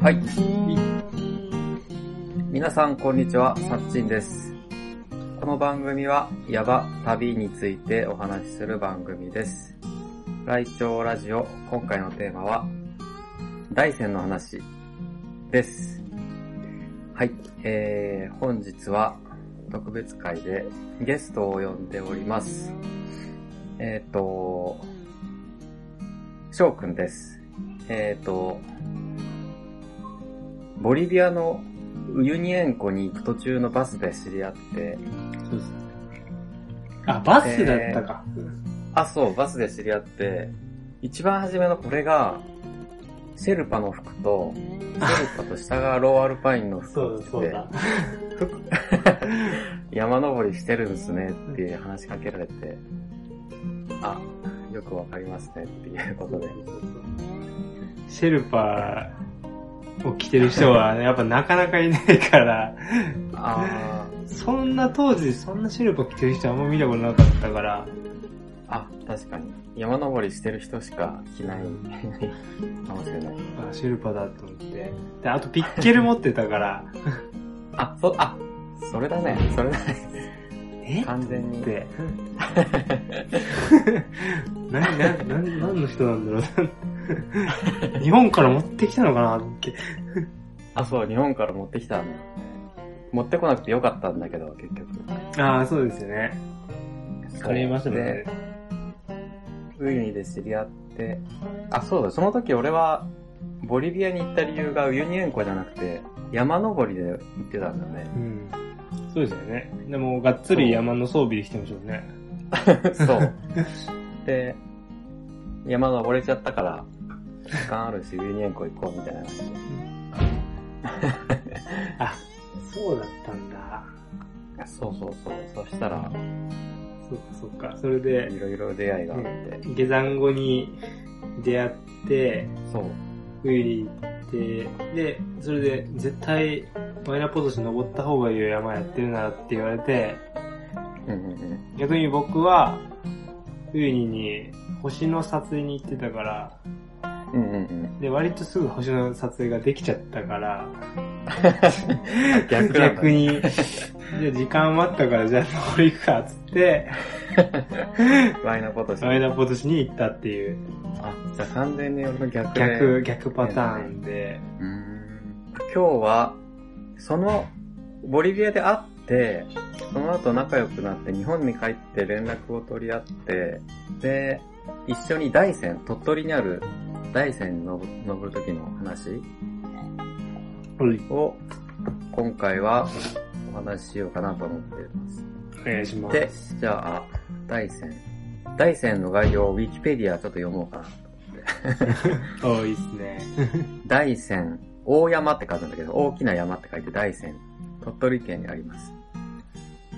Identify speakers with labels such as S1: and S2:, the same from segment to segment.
S1: はい。皆さん、こんにちは。さっちんです。この番組は、ヤバ、旅についてお話しする番組です。来庁ラジオ、今回のテーマは、大山の話です。はい。えー、本日は特別会でゲストを呼んでおります。えっ、ー、と、翔くんです。えっ、ー、と、ボリビアのウユニ塩湖に行く途中のバスで知り合って、
S2: そうですね。あ、バスだったか。
S1: あ、そう、バスで知り合って、一番初めのこれが、シェルパの服と、シェルパと下がローアルパインの服
S2: そうだ、そうだ。
S1: 山登りしてるんですねっていう話しかけられて、あ、よくわかりますねっていうことで。
S2: シェルパーを着てる人は、 やっぱなかなかいないから、
S1: あ
S2: そんな当時、そんなシェルパ着てる人あんま見たことなかったから、
S1: ー、あ、確かに。山登りしてる人しか着ないかもしれない。
S2: あ、シェルパだと思って。で、あとピッケル持ってた から、
S1: あ、そ、あ、それだね。それだね。
S2: えっ
S1: 完全に。
S2: て。何、何、何、何の人なんだろ う。日本から持ってきたのかなって
S1: あ、そう、日本から持ってきたんだ。持ってこなくてよかったんだけど、結局。
S2: ああ、そうですよね。
S1: そ
S2: ありましたね
S1: で。ウユニで知り合って、あ、そうだ、その時俺は、ボリビアに行った理由がウユニ塩湖じゃなくて、山登りで行ってたんだよね。
S2: うん。そうですよね。でも、がっつり山の装備できてましたもんね。
S1: そう。 で、山登れちゃったから、時間あるし、ウユニ塩湖行こうみたいな話で。
S2: あ、そうだったんだ。
S1: そうそうそう。そしたら、
S2: そっかそっか。それで
S1: い、ろいろ出会いがあって、
S2: 下山後に出会って、
S1: そう。
S2: ウイリー行って、で、それで、絶対、マイナポトシ登った方がいいよ、山やってるならって言われて、
S1: うんうんうん。
S2: 逆に僕は、ウイリーに星の撮影に行ってたから、
S1: うんうんうん。
S2: で、割とすぐ星の撮影ができちゃったから、
S1: 逆なんだ
S2: 逆に、 じゃあ時間余ったからじゃあ登り行くか、っつって、
S1: ワイナポトシ。
S2: 前田ポトシに行ったっていう、
S1: あ、じゃあ完全に俺の逆で。
S2: 逆、逆パターンで、
S1: うーん今日は、その、ボリビアで会って、その後仲良くなって日本に帰って連絡を取り合って、で、一緒に大山、鳥取にある大山に登登る時の話
S2: お
S1: を、今回はお話ししようかなと思っています。
S2: 願いしま。、
S1: ですじゃあ、大山。大山の概要を Wikipedia ちょっと読もうかな。
S2: おいいっすね。
S1: 大山、大山って書くんだけど、大きな山って書いて大山、鳥取県にあります。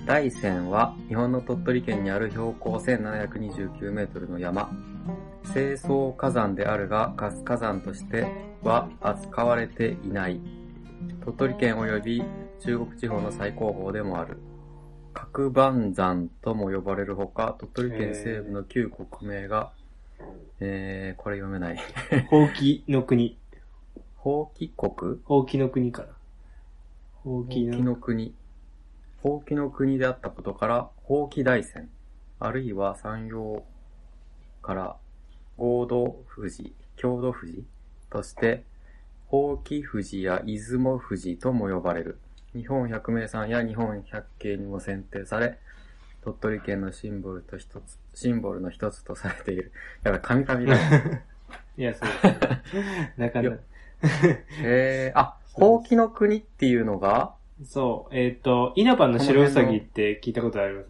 S1: 大山は日本の鳥取県にある標高1729メートルの山。清掃火山であるが、活火山としては扱われていない。鳥取県及び中国地方の最高峰でもある。角番山とも呼ばれるほか、鳥取県西部の旧国名が、えー、これ読めない。
S2: ほうきの国。
S1: 法規国
S2: ほうきの国かな。ほう
S1: ほ
S2: き
S1: うき
S2: の
S1: の国。ほうきの国であったことから、ほうき大山、あるいは山陽から合同富士、郷土富士として、ほうき富士や出雲富士とも呼ばれる。日本百名山や日本百景にも選定され、鳥取県のシンボルと一つ、シンボルの一つとされている。やばい、神々だ。
S2: い や、そう。なかなか
S1: よ。へー、あ、ほうきの国っていうのが、
S2: そう。えっ、と、稲葉の白ウサギって聞いたことあり ます。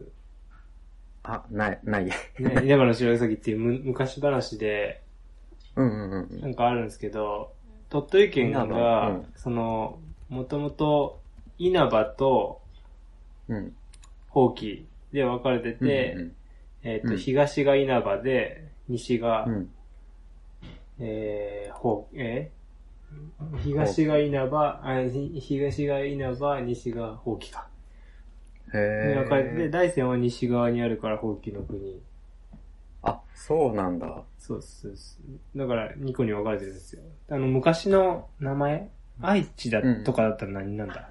S1: あ、ない、ない。
S2: ね、稲葉の白ウサギっていうむ昔話で、
S1: うんうんうんうん。
S2: なんかあるんですけど、鳥取県が、
S1: 稲葉うん
S2: その、もともと稲葉と
S1: うん。
S2: ほうきで分かれてて、
S1: うん
S2: えっ、と、
S1: うん
S2: 東が稲葉で、西が、
S1: うんうん、
S2: えー、ほう、えー東が稲葉、あ、ひ東が稲葉、西がほうきか。
S1: へ
S2: に
S1: え。
S2: 分かれてて、大山は西側にあるから、ほうきの国。
S1: あ、そうなんだ。
S2: そうそうそう。だから、2個に分かれてるんですよ。あの、昔の名前愛知だ
S1: うん
S2: とかだったら何なんだ、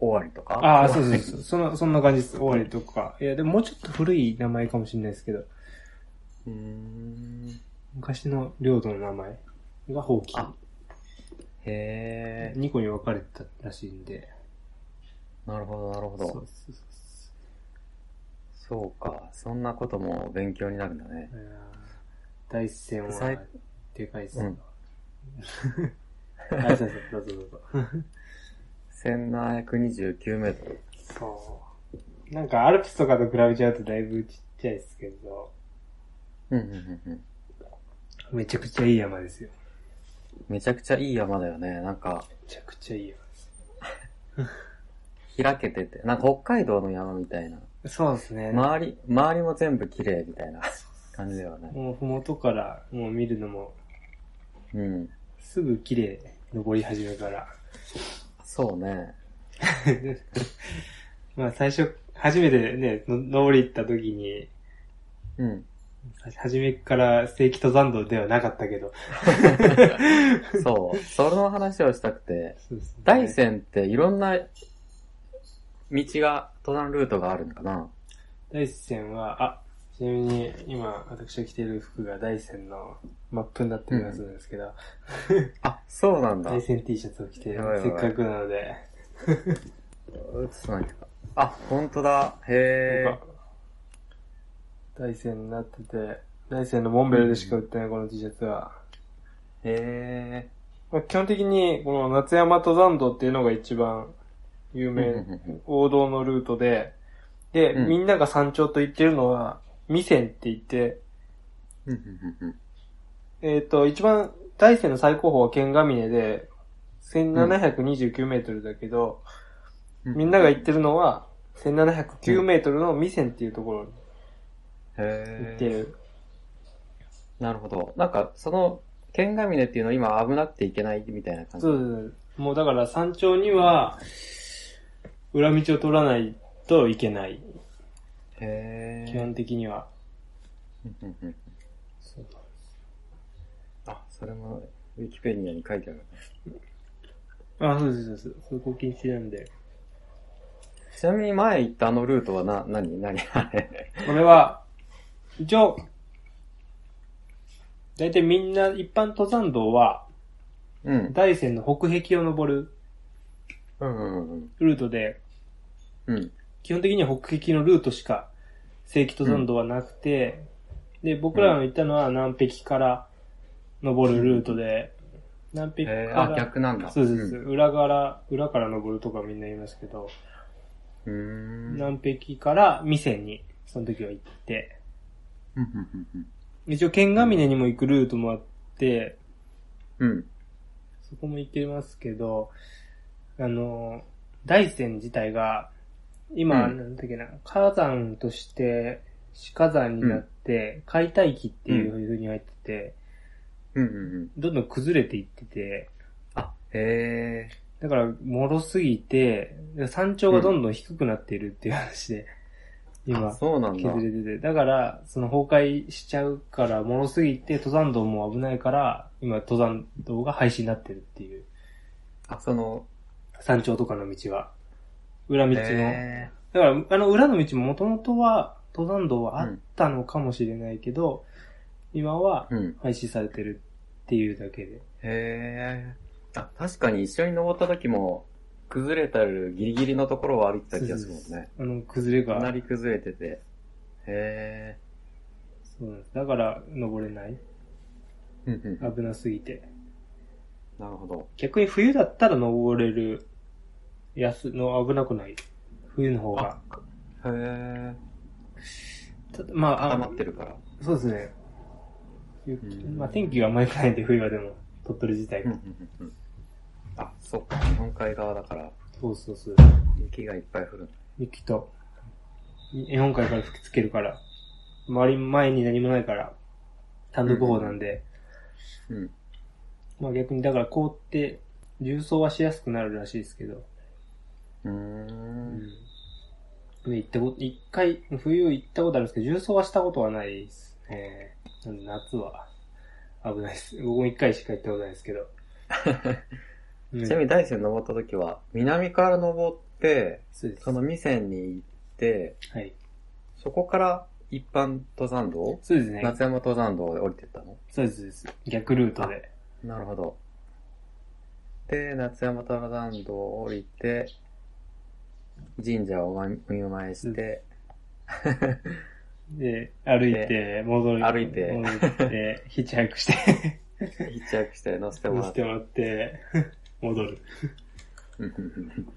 S1: 終わりとか
S2: ああ、そうそうそう。その、そんな感じです。終わりとか。いや、でももうちょっと古い名前かもしれないですけど、
S1: うーん。
S2: 昔の領土の名前が放棄。
S1: あへえ。
S2: 2個に分かれてたらしいんで。
S1: なるほど、なるほど。
S2: そうそう
S1: そうか。そんなことも勉強になるんだね。
S2: そう。いやー大戦
S1: さ、
S2: はいでかいっす
S1: う
S2: よ
S1: ん。
S2: 大戦どうぞどうぞ。
S1: 1729メートル。
S2: そう。なんかアルプスとかと比べちゃうとだいぶちっちゃいですけど、
S1: うんうんうんうん。
S2: めちゃくちゃいい山ですよ。
S1: めちゃくちゃいい山だよね。なんか、
S2: めちゃくちゃいい山です。
S1: 開けてて。なんか北海道の山みたいな。
S2: そうですね。
S1: 周り、周りも全部綺麗みたいな感じだよね。
S2: もうふもとからもう見るのも、
S1: うん。
S2: すぐ綺麗、登り始めから。
S1: そうね。
S2: まあ最初、初めてね、の登り行った時に、
S1: うん。
S2: 初めから正規登山道ではなかったけど。
S1: そう。その話をしたくて、
S2: そうですね
S1: 大山っていろんな道が、登山ルートがあるのかな
S2: 大山は、あ、ちなみに今私が着ている服が大山のマップになってるやつなんですけど、
S1: あ、そうなんだ。
S2: 大
S1: 映
S2: 山 T シャツを着て
S1: やばい、やば
S2: せ
S1: い
S2: っかくなので、
S1: さないか。あ、ほんとだ。へ
S2: なんか大山になってて、大山のモンベルでしか売ってないこの T シャツは、
S1: え。へ
S2: まあ、基本的にこの夏山登山道っていうのが一番有
S1: え。
S2: 名、王道のルートで、で、
S1: うん
S2: みんなが山頂と言ってるのは、未線って言って、えっ、と、一番、大山の最高峰は剣ヶ峰で、1729メートルだけど、みんなが行ってるのは、1709メートルの未線っていうところに行
S1: へ
S2: って
S1: え。
S2: る。
S1: なるほど。なんか、その、剣ヶ峰っていうの今危なくていけないみたいな感じ。
S2: そうそうそうもうだから山頂には、裏道を取らないといけない。
S1: へ
S2: 基
S1: え。
S2: 本的には。
S1: あ、それも、ウィキペディアに書いてある。
S2: あ、そうです、そうです。そういうこ禁止なんで。
S1: ちなみに前行ったあのルートはな、なになにあれ
S2: これは、一応、だいたいみんな、一般登山道は、
S1: うん。
S2: 大山の北壁を登る
S1: うんうんうん。
S2: ルートで、
S1: うん。
S2: 基本的には北壁のルートしか正規登山道はなくて、で、僕らの行ったのは南壁から登るルートで、南
S1: へ
S2: 壁か
S1: え。
S2: ら、
S1: あ、逆なんだ。
S2: そうそうそう、裏から、裏から登るとかみんな言いますけど、
S1: うん。うーん。
S2: 南壁から未線に、その時は行って、
S1: うんうん
S2: 一応剣ヶ峰にも行くルートもあって、
S1: うんうん。
S2: そこも行けますけど、あの、大山自体が、今、
S1: うん
S2: なんだっけな、火山として、死火山になって、解体期っていう風に入ってて、
S1: うんうんうん。
S2: どんどん崩れていってて、
S1: あ、へえ。
S2: だから、脆すぎて、山頂がどんどん低くなっているっていう話で、
S1: あ
S2: 今、
S1: そうなんだ
S2: 削。れてて。だから、その崩壊しちゃうから、脆すぎて、登山道も危ないから、今、登山道が廃止になってるっていう。
S1: あ、その、
S2: 山頂とかの道は。裏道の。
S1: へ
S2: だから、あの、裏の道ももともとは、登山道はあったのかもしれないけど、今は
S1: ーうん。
S2: 廃止されてるっていうだけで。
S1: へえ。あ、確かに一緒に登った時も、崩れたるギリギリのところを歩いてた気がするもんね。
S2: あの、崩れ
S1: かな
S2: が、
S1: り崩れてて。へ
S2: そうなんです。だから、登れない。
S1: え。うんうん
S2: 危なすぎて。
S1: なるほど。
S2: 逆に冬だったら登れる、やす、の危なくない。冬の方が。
S1: へえ。
S2: ただまあ、
S1: 固ま
S2: あ
S1: ってるから。
S2: そうですね。雪
S1: うん
S2: まあ、天気があんまり良くないんで、冬はでも、鳥取自体
S1: うん
S2: が。
S1: うんうんうんあ、そっか。日本海側だから、
S2: そうそうそう。
S1: 雪がいっぱい降るんだ。
S2: 雪と、日本海から吹きつけるから、周り前に何もないから、単独歩なんで、
S1: うん。
S2: まあ逆にだから凍って、重走はしやすくなるらしいですけど、
S1: うー。
S2: うんん上行ったこと、一回、冬行ったことあるんですけど、重装はしたことはないですね。なんで夏は危ないです。僕も一回しか行ったことないです けど。うん
S1: ちなみに大山登った時は、南から登って、
S2: そうです。
S1: その未線に行って、
S2: はい。
S1: そこから一般登山道、
S2: そうですね。
S1: 夏山登山道で降りてったの
S2: そうですそうです。逆ルートで。
S1: なるほど。で、夏山登山道を降りて、神社をお見舞いして、
S2: で、歩いて、戻る。
S1: 歩いて
S2: 戻って、ヒッチハイクして、
S1: ヒッチハイクして乗せても
S2: 乗
S1: ら
S2: せ
S1: ってて。
S2: もらって、 戻る。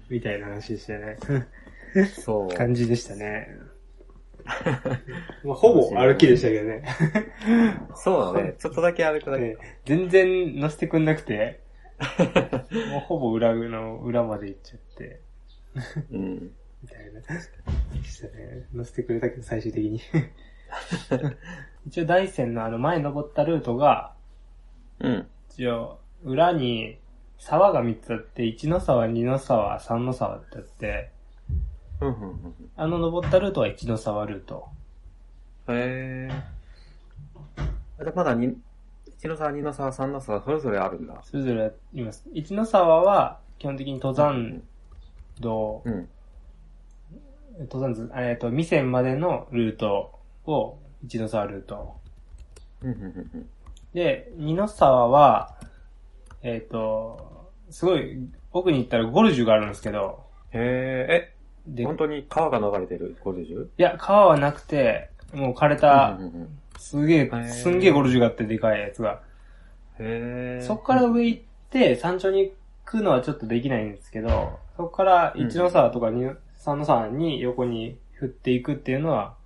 S2: みたいな話でしたね。
S1: そう。
S2: 感じでしたね。まあ、ほぼ歩きでしたけどね。
S1: そうだね。ちょっとだけ歩くだけ。
S2: ね全然乗せてくんなくて、 もうほぼ裏の裏まで行っちゃって、
S1: うん。
S2: みたいな。 でしたね。乗せてくれたけど、最終的に。 一応、大山のあの前登ったルートが、
S1: うん。
S2: 一応、裏に沢が3つあって、1の沢、2の沢、3の沢ってあって、
S1: うんうんうん
S2: あの登ったルートは1の沢ルート。
S1: うん。へえ。で、まだに、一の沢、二の沢、三の沢、それぞれあるんだ。
S2: それぞれあります。一の沢は、基本的に登山道、
S1: うん。
S2: 登山図、えっと、未線までのルートを、一の沢ルート。
S1: うんうんうん
S2: で、二の沢は、えっ、と、すごい、奥に行ったらゴルジュがあるんですけど、
S1: へえ、え、
S2: で、い
S1: 本当に川が流れてるゴルジュ
S2: や、川はなくて、もう枯れた
S1: う、んうんうん
S2: すげ
S1: ー
S2: え、すんげえゴルジュがあって、でかいやつが。
S1: へえ。
S2: そっから上行って、山頂に行くのはちょっとできないんですけど、そこから一の沢とか二の三の沢に横に振っていくっていうのは、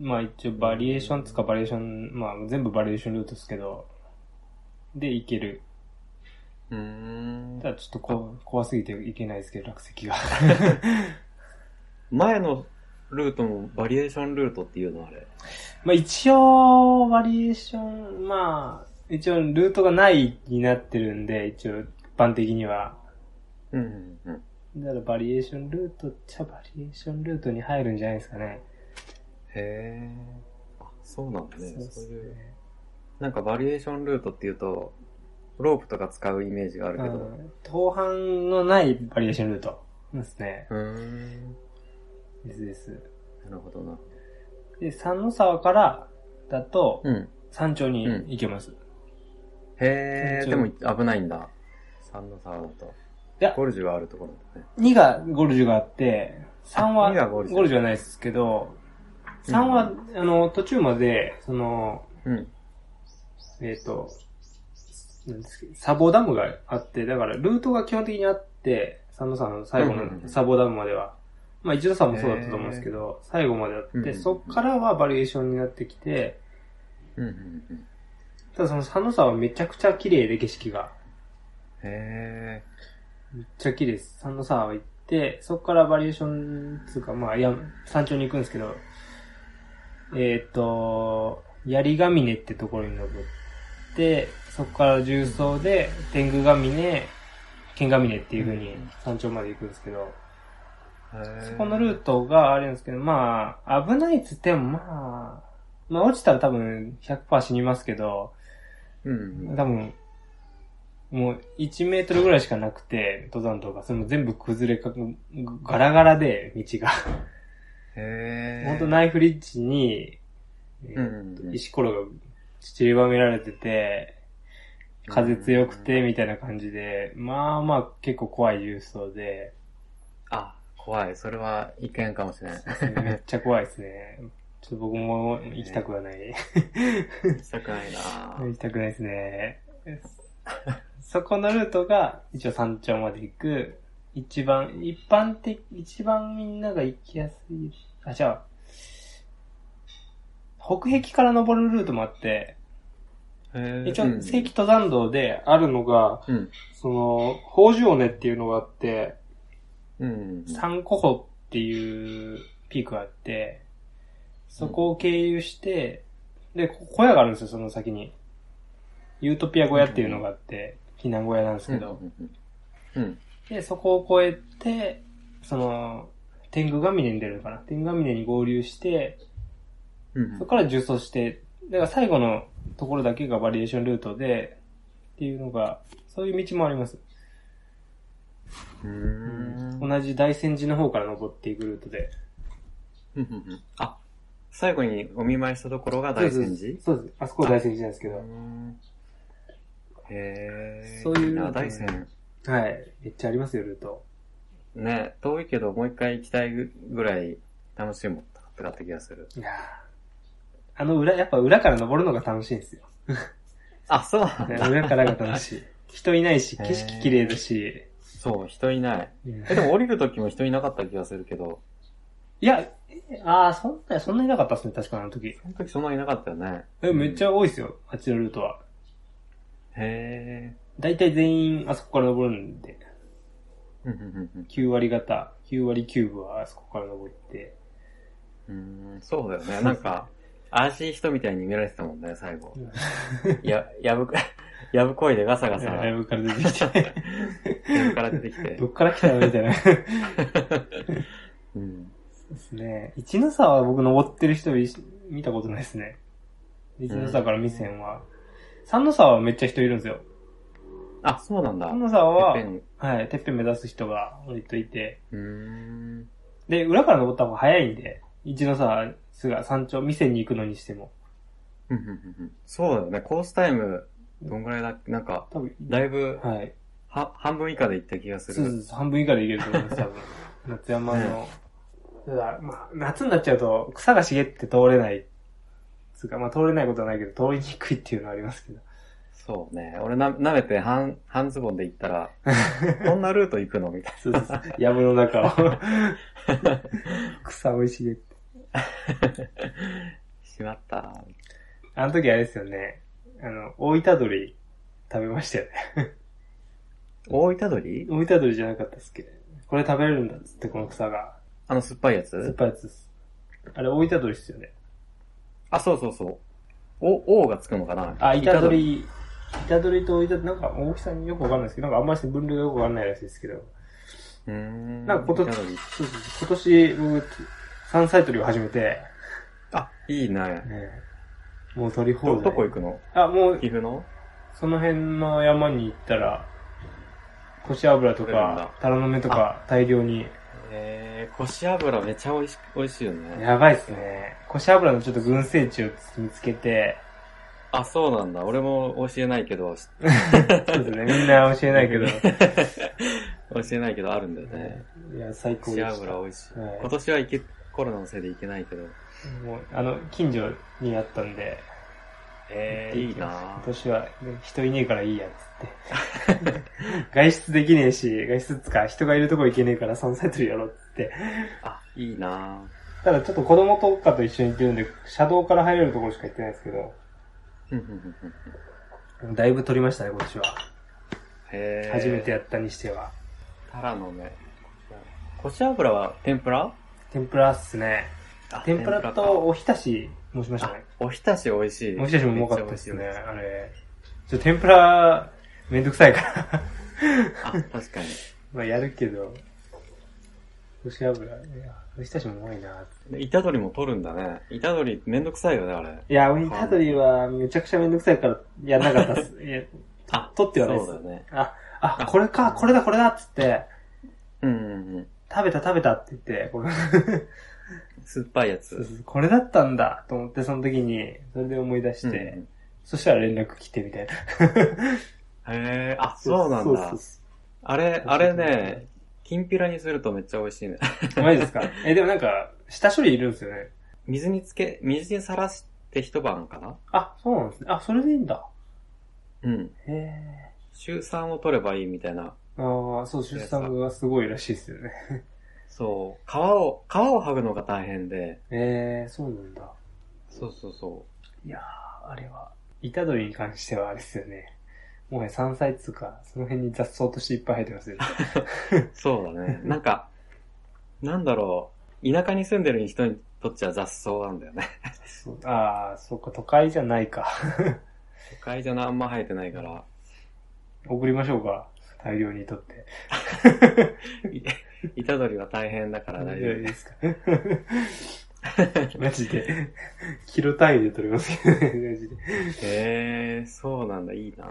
S2: まあ一応バリエーションつかバリエーション、まあ全部バリエーションルートですけど、で行ける。
S1: うーん
S2: ただちょっとこ怖すぎて行けないですけど、落石が。
S1: 前のルートもバリエーションルートっていうのあれ。
S2: まあ一応、バリエーション、まあ、一応ルートがないになってるんで、一応一般的には。
S1: うんうんうん。
S2: だからバリエーションルートっちゃバリエーションルートに入るんじゃないですかね。
S1: へえ。あ、そうなんだね。
S2: そうっ
S1: そう
S2: す
S1: いう。
S2: ね。
S1: なんかバリエーションルートっていうと、ロープとか使うイメージがある
S2: う
S1: けど。
S2: ん当半のないバリエーションルートですね。
S1: うーん。
S2: ですです。
S1: なるほどな。
S2: で、三の沢からだと、
S1: うん。
S2: 山頂に行けます。
S1: へえ、
S2: 山頂
S1: でも危ないんだ。三の沢だと。
S2: いや
S1: ゴルジュがあるところだね。
S2: 2がゴルジュがあって、3は
S1: 二がゴルジュ
S2: ゴルジュはないですけど、3は、あの、途中まで、その、
S1: うん。
S2: えっ、と、なんですけど、サボダムがあって、だからルートが基本的にあって、三のさんの最後
S1: うんうんう
S2: の
S1: ん
S2: サボダムまでは。まあ一度さんもそうだったと思うんですけど、最後まであ
S1: うん
S2: っ
S1: うんう
S2: て、
S1: ん
S2: そっからはバリエーションになってきて、
S1: うんうんうん。
S2: ただその三のさんはめちゃくちゃ綺麗で景色が。
S1: へえ。
S2: めっちゃ綺麗です。三の沢は行って、そこからバリエーション、つうか、まあ、や、山頂に行くんですけど、えっ、と、槍ヶ峰ってところに登って、そこから重曹で、天狗ヶ峰、剣ヶ峰っていう風に山頂まで行くんですけど、そこのルー
S1: ト。
S2: トがあるんですけど、まあ、危ないっつっても、まあ、まあ落ちたら多分100%死にますけど、
S1: うんうん。
S2: 多分、もう1メートルぐらいしかなくて、登山道が、それも全部崩れかく、ガラガラで、道が。
S1: へえ。
S2: ほんとナイフリッジに、え
S1: うん
S2: ー
S1: うんうん。
S2: 石ころが散りばめられてて、風強くて、みたいな感じで、まあまあ結構怖い重曹で、
S1: あ、怖い。それは意見かも しれない。
S2: めっちゃ怖いですね。ちょっと僕も行きたくはない。
S1: したくないな
S2: 行きたくないですね。そこのルートが一応山頂まで行く、一番、一般的、一番みんなが行きやすい。あ、じゃあ、北壁から登るルートもあって、一応正規登山道であるのが、
S1: うん。
S2: その、宝珠尾根っていうのがあって、
S1: うん。
S2: 三湖湖っていうピークがあって、そこを経由して、で、こ小屋があるんですよ、その先に。ユートピア小屋っていうのがあって、避難小屋なんですけど。
S1: うん。うん。
S2: で、そこを越えて、その、天狗ヶ峰に出るのかな。天狗ヶ峰に合流して、
S1: うん
S2: そこから縦走して、だから最後のところだけがバリエーションルートで、っていうのが、そういう道もあります。
S1: うん。うーん。
S2: 同じ大仙寺の方から登っていくルートで。
S1: うんうんうんあ、最後にお見舞いしたところが大仙寺
S2: そうです。あそこ大仙寺なんですけ
S1: う
S2: ど。
S1: んへえ。
S2: そういう
S1: な、大山。
S2: はい。めっちゃありますよ、ルート。
S1: ね、遠いけどもう一回行きたいぐらい楽しいもんってかった気がする。
S2: いやーあの裏、やっぱ裏から登るのが楽しいん ですよ。
S1: あ、そうなんだ。
S2: 裏からが楽しい。人いないし、
S1: へー
S2: 景色綺麗だし。
S1: そう、人いない。
S2: うん
S1: え、でも降りる時も人いなかった気がするけど、
S2: いや、えああ、そんな、そんないなかったですね、確かあの時。
S1: その時そんなにいなかったよね。
S2: え、めっち
S1: ゃ。
S2: ゃ多いですよ、あっちのルートは。
S1: へ
S2: だいたい全員あそこから登るんで、
S1: え。うんうんうん
S2: 9割型、9割キューブはあそこから登って。
S1: うんうーん、そうだよね。なんか、怪しい人みたいに見られてたもんね、最後
S2: うん。
S1: や、やぶ、やぶこいでガサガサ、
S2: ライ
S1: や
S2: ブから出てきて、
S1: ぶから出てきて
S2: ど。っから来たのみたいな。
S1: うん。
S2: ですね。一ノ沢は僕登ってる人い見たことないですね。一ノ沢から未線は。三ノ沢はめっちゃ人いるんですよ。
S1: あ、そうなんだ。
S2: 三ノ沢は
S1: てっぺんに
S2: はい、てっぺん目指す人が割といて。
S1: うーん。
S2: で、裏から登った方が早いんで、一ノ沢すが山頂、未線に行くのにしても。
S1: うんうんうんうんそうだよね。コースタイム、どんぐらいだっけなんか、
S2: 多分、
S1: だいぶ、
S2: はい。
S1: は、半分以下で行った気がす
S2: そうそう
S1: る。
S2: そう半分以下でいけると思います、多 分。夏山の。ただ、まあ、夏になっちゃうと草が茂って通れない。つうか、まあ通れないことはないけど、通りにくいっていうのはありますけど。
S1: そうね。俺な、舐めて半、半ズボンで行った ら、こんなルート行くのみたい
S2: そうそうそう。 藪の中を。草生い茂って。
S1: な。しまった。
S2: あの時あれですよね。あの、大分鳥食べましたよね。
S1: 大分鳥
S2: 大分鳥じゃなかったっすっけこれ食べれるんだっつって、この草が。
S1: あの酸っぱいや
S2: 酸っ
S1: つ
S2: ぱいやつです。あれ、大分鳥っすよね。
S1: あ、そうそうそう。お、王がつくのかな
S2: あ、イタド。リ、イタドリとイタドリ、なんか大きさによくわかんないですけど、なんかあんまり分類がよくわかんないらしいですけど、
S1: うーん。
S2: なんか今年
S1: 虎杖
S2: そうそうそう今年僕、山菜採りを始めて、
S1: あ、いいね。
S2: ねもう取り放
S1: ど、
S2: 題。
S1: どこ行くの
S2: あ、もう
S1: 岐、阜の
S2: その辺の山に行ったら、コシ油と
S1: 取れるんだ
S2: か、タラの芽とか大量に。
S1: えー、腰油めちゃ美味し、美味しいよね。
S2: やばいっすね。コシ油のちょっと群生地を見つけて、
S1: あ、そうなんだ。俺も教えないけど、知っ
S2: そうですね、みんな教えな いけど。
S1: 教えないけどあるんだよね。
S2: いや、最高
S1: シ
S2: で
S1: ア
S2: し
S1: ブ
S2: た
S1: ラ。美味しい。
S2: はい
S1: 今年は行け、コロナのせいで行けないけど。
S2: もう、あの、近所にあったんで、
S1: えー、いいな
S2: 今年は、ね人いねえからいいや、つって。 外出できねえし、外出っつか、人がいるとこ行けねえから山菜採りやろう、つって。
S1: あ、いいな
S2: ただちょっと子供とかと一緒に行ってるんで、車道から入れるところしか行ってないですけど、
S1: ふんふんふんふん
S2: だいぶ取りましたね、今年は。
S1: へー。
S2: 初めて。やったにしては。
S1: タラのね。コシ油は天ぷら
S2: 天ぷらっすね。
S1: あ
S2: 天ぷら
S1: か
S2: とおひたしもしました
S1: あ
S2: ね。、
S1: おひたし美味しい。
S2: おひたしもうまかったですね、
S1: めっちゃ
S2: あれ。ちょ、天ぷら、めんどくさいから。
S1: 美味しいです。あ、確かに。
S2: まあやるけど、干し油、いや、おひたしもうまいな、つって。
S1: でイタドリも取るんだね。イタドリめんどくさいよね、あれ。
S2: いや、ウィンタードリーはめちゃくちゃめんどくさいからやんなかったっす。 いや
S1: あ、
S2: 取ってはないっ
S1: そう
S2: す
S1: だよね。
S2: あ、あ、これか、これだ、これだっつって、
S1: うんうんうん。
S2: 食べた食べたって言って、 これ
S1: 酸っぱいやつ。
S2: これだったんだと思って、その時に、それで思い出して、
S1: うんうん
S2: そしたら連絡来てみたいな。
S1: へえ、あ、そうなんだ
S2: そう。そ
S1: あれ、あれね、きんぴらにするとめっちゃ美味しいね。
S2: う。マジですかえ、でもなんか、下処理いるんですよね。
S1: 水につけ、水にさらして一晩かな
S2: あ、そうなんですね。あ、それでいいんだ。
S1: うん。
S2: へえ。
S1: 週3を取ればいいみたいな。
S2: ああ、そう、出産がすごいらしいですよね。
S1: そう。皮を、皮を剥ぐのが大変で。
S2: ええ、そうなんだ。
S1: そうそうそう。
S2: いやー、あれは、イタドリに関してはあれですよね。もはや山菜っつうか、その辺に雑草としていっぱい生えてますよね。
S1: そうだ ね。なんか、なんだろう。田舎に住んでる人にとっちゃ雑草なんだよね。
S2: そうああ、そうか、都会じゃないか。
S1: 都会じゃな、あんま生えてないから。
S2: 送りましょうか。大量にとって。
S1: い 虎取は大変だから大丈
S2: いいですか マジで。キロ単位で取れますけどね、マジで。
S1: 夫。へえー、そうなんだ、いいな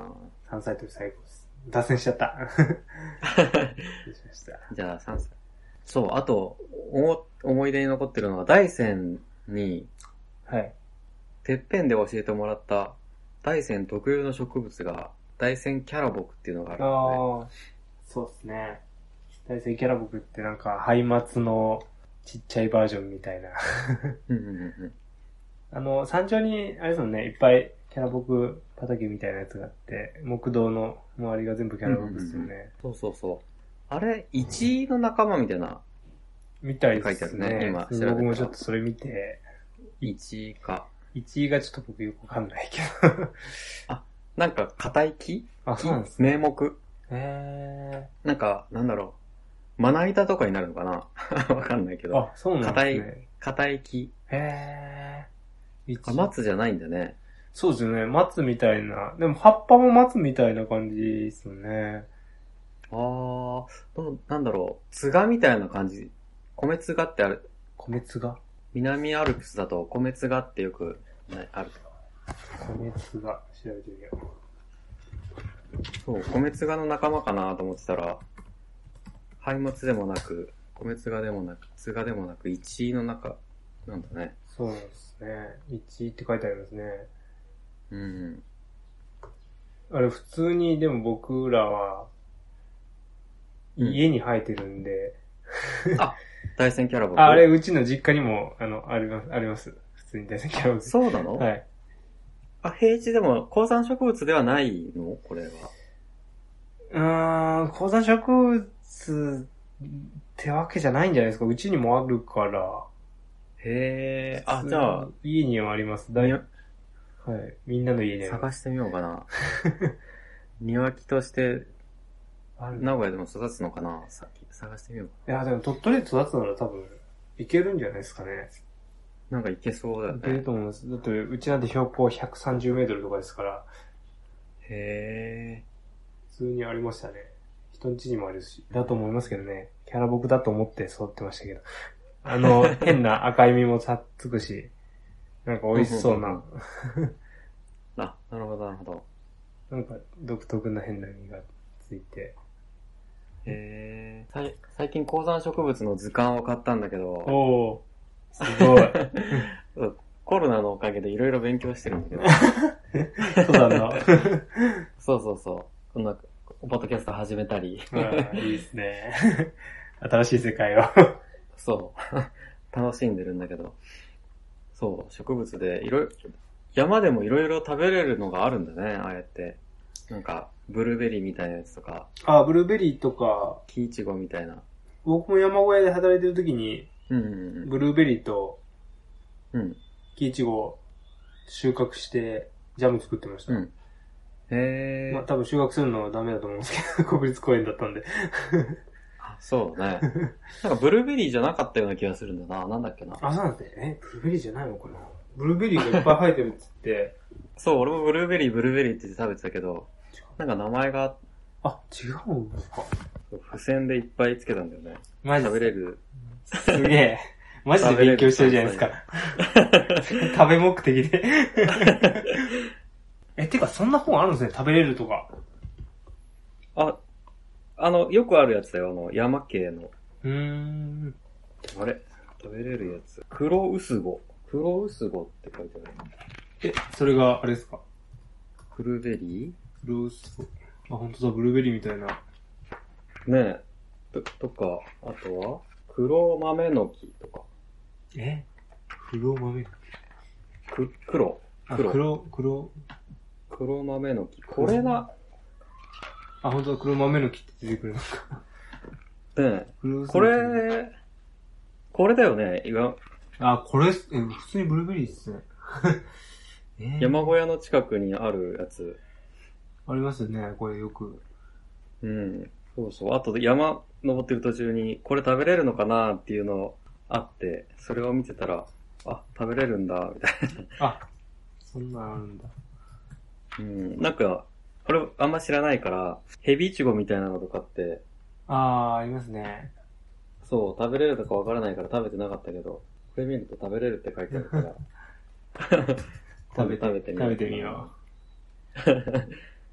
S2: 山菜採り最高です。脱線しちゃった。失礼しました。
S1: じゃあ、3歳。そう、あと、お思い出に残ってるのは、大山に、
S2: はい。
S1: てっぺんで教えてもらった、大山特有の植物が、大山キャラボクっていうのがあ
S2: あ
S1: るのね。
S2: あ、そうですね。大成キャラボクってなんか、ハイマツのちっちゃいバージョンみたいな。
S1: うんうんうんうん
S2: あの、山頂に、あれですもんね、いっぱいキャラボク畑みたいなやつがあって、木道の周りが全部キャラボクですよ
S1: うん
S2: ね。
S1: そうそうそう。あれ、一の仲間みたいな、
S2: みたいで
S1: 書い
S2: す
S1: てあるね
S2: ね。
S1: 今調べたら
S2: 僕もちょっとそれ見て、
S1: 一か。
S2: 1位がちょっと僕よくわかんないけど。
S1: なんか、硬い木
S2: あ、そうなんですね。
S1: 名目
S2: へ
S1: なんか、なんだろう。まな板とかにな るのかなわかんないけ
S2: ー。
S1: ど。
S2: あ、そうなんですね。
S1: 硬い木。
S2: へー。一
S1: あ、松じゃないんだね。
S2: そうですよね。松みたいな。でも葉っぱも松みたいな感じですよね。
S1: あー、どうなんだろう。つがみたいな感じ。米つがってある。
S2: 米つが
S1: 南アルプスだと米つがってよく、ね、ある。
S2: 米つが。調べてみよう。
S1: そう、米つがの仲間かなと思ってたら、灰松でもなく、米つがでもなく、つがでもなく、一位の中、なんだね。
S2: そうなんですね。1って書いてありますね。
S1: うん。
S2: あれ普通に、でも僕らは、
S1: うん
S2: 家に生えてるんで、
S1: 大戦キャラバン
S2: あ、あれ、うちの実家にも、あの、あります、あります。普通に大好きなです。
S1: そうなの、
S2: はい。
S1: あ、平地でも、高山植物ではないのこれは。
S2: うーん、高山植物ってわけじゃないんじゃないですか。うちにもあるから。
S1: へえ、あ、じゃあ、。
S2: 家にはあります。だいはい。みんなの家にありま
S1: 探
S2: す。
S1: してみようか な。庭木として、
S2: ある
S1: 名古屋でも育つのかなさっき探してみようか
S2: いや、でも鳥取で育つなら多分、いけるんじゃないですかね。
S1: な。なんかいけそうだよ
S2: いける
S1: ね。
S2: と思います。だって、うちなんて標高130メートルとかですから、
S1: へえ。
S2: 普通にありましたね。人ん家にもあるし。だと思いますけどね。キャラ僕だと思って育ってましたけど。あの、変な赤い実もさっつくし、なんか美味しそう
S1: うんうん
S2: な、
S1: あ、なるほど、なるほど。
S2: なんか独特な変な実がついて。
S1: へえ。さい最近、高山植物の図鑑を買ったんだけ
S2: お
S1: ど、
S2: おすごい。
S1: コロナのおかげでいろいろ勉強してる んだけど、
S2: そうだ な。
S1: そうそうそう。こんな、ポッドキャスト始めたり、
S2: うんいいですね。新しい世界を。
S1: そう。 楽しんでるんだけど。そう、植物でいろいろ、山でもいろいろ食べれるのがあるんだね、ああやって。なんか、ブルーベリーみたいなやつとか、
S2: あ、ブルーベリーとか、
S1: キイチゴみたいな。
S2: 僕も山小屋で働いてる時に、
S1: うんうん
S2: ブルーベリーと
S1: うん。うん。
S2: キイチゴを収穫して、ジャム作ってました。
S1: うん。へえ、
S2: まあ多分収穫するのはダメだと思うんですけど、 国立公園だったんで。
S1: あそう だね。なんかブルーベリーじゃなかったような気がするんだな。なんだっけな。
S2: あ、そうなんですね。え、ブルーベリーじゃないのかなブルーベリーがいっぱい生えてるっつって、
S1: そう、俺もブルーベリー、ブルーベリーって言って食べてたけど、なんか名前が
S2: あ、違うんですか
S1: 付箋でいっぱいつけたんだよね。
S2: マジ
S1: 食べ
S2: で
S1: れる。
S2: すげえ。マジで勉強してるじゃないですか。食べ目的で。 え、てかそんな本あるんですね。食べれるとか。
S1: あ、あの、よくあるやつだよ。あの、山系の。
S2: うーん。
S1: あれ食べれるやつ。黒ウスゴ。黒ウスゴって書いてある。
S2: え、それがあれですか
S1: ブルーベリ
S2: ブルース。あ、本当だ、ブルーベリーみたいな。
S1: ーねえ。と、とか、あとは黒豆の木とか。
S2: え黒豆
S1: く、黒。
S2: あ、
S1: 黒
S2: 黒、黒。
S1: 黒豆の木。これな、
S2: あ、本当だ、黒豆の木って出てくるのか。
S1: ねえ。
S2: 黒
S1: こ、れ、これだよね。いわ
S2: あ、これ、え、普通にブルーベリーですね。 えー
S1: 山小屋の近くにあるやつ。
S2: ありますよね、これよく。
S1: うん。そうそう。あと山登ってる途中に、これ食べれるのかなっていうのあって、それを見てたら、あ、食べれるんだ、みたい
S2: あ、そんなんあるんだ。
S1: な。うん。なんか、これあんま知らないから、ヘビイチゴみたいなのとかって、
S2: あー、ありますね。
S1: そう、食べれるのかわからないから食べてなかったけど、これ見ると食べれるって書いてあるから。食べ食べてみよう
S2: 食べてみよ う。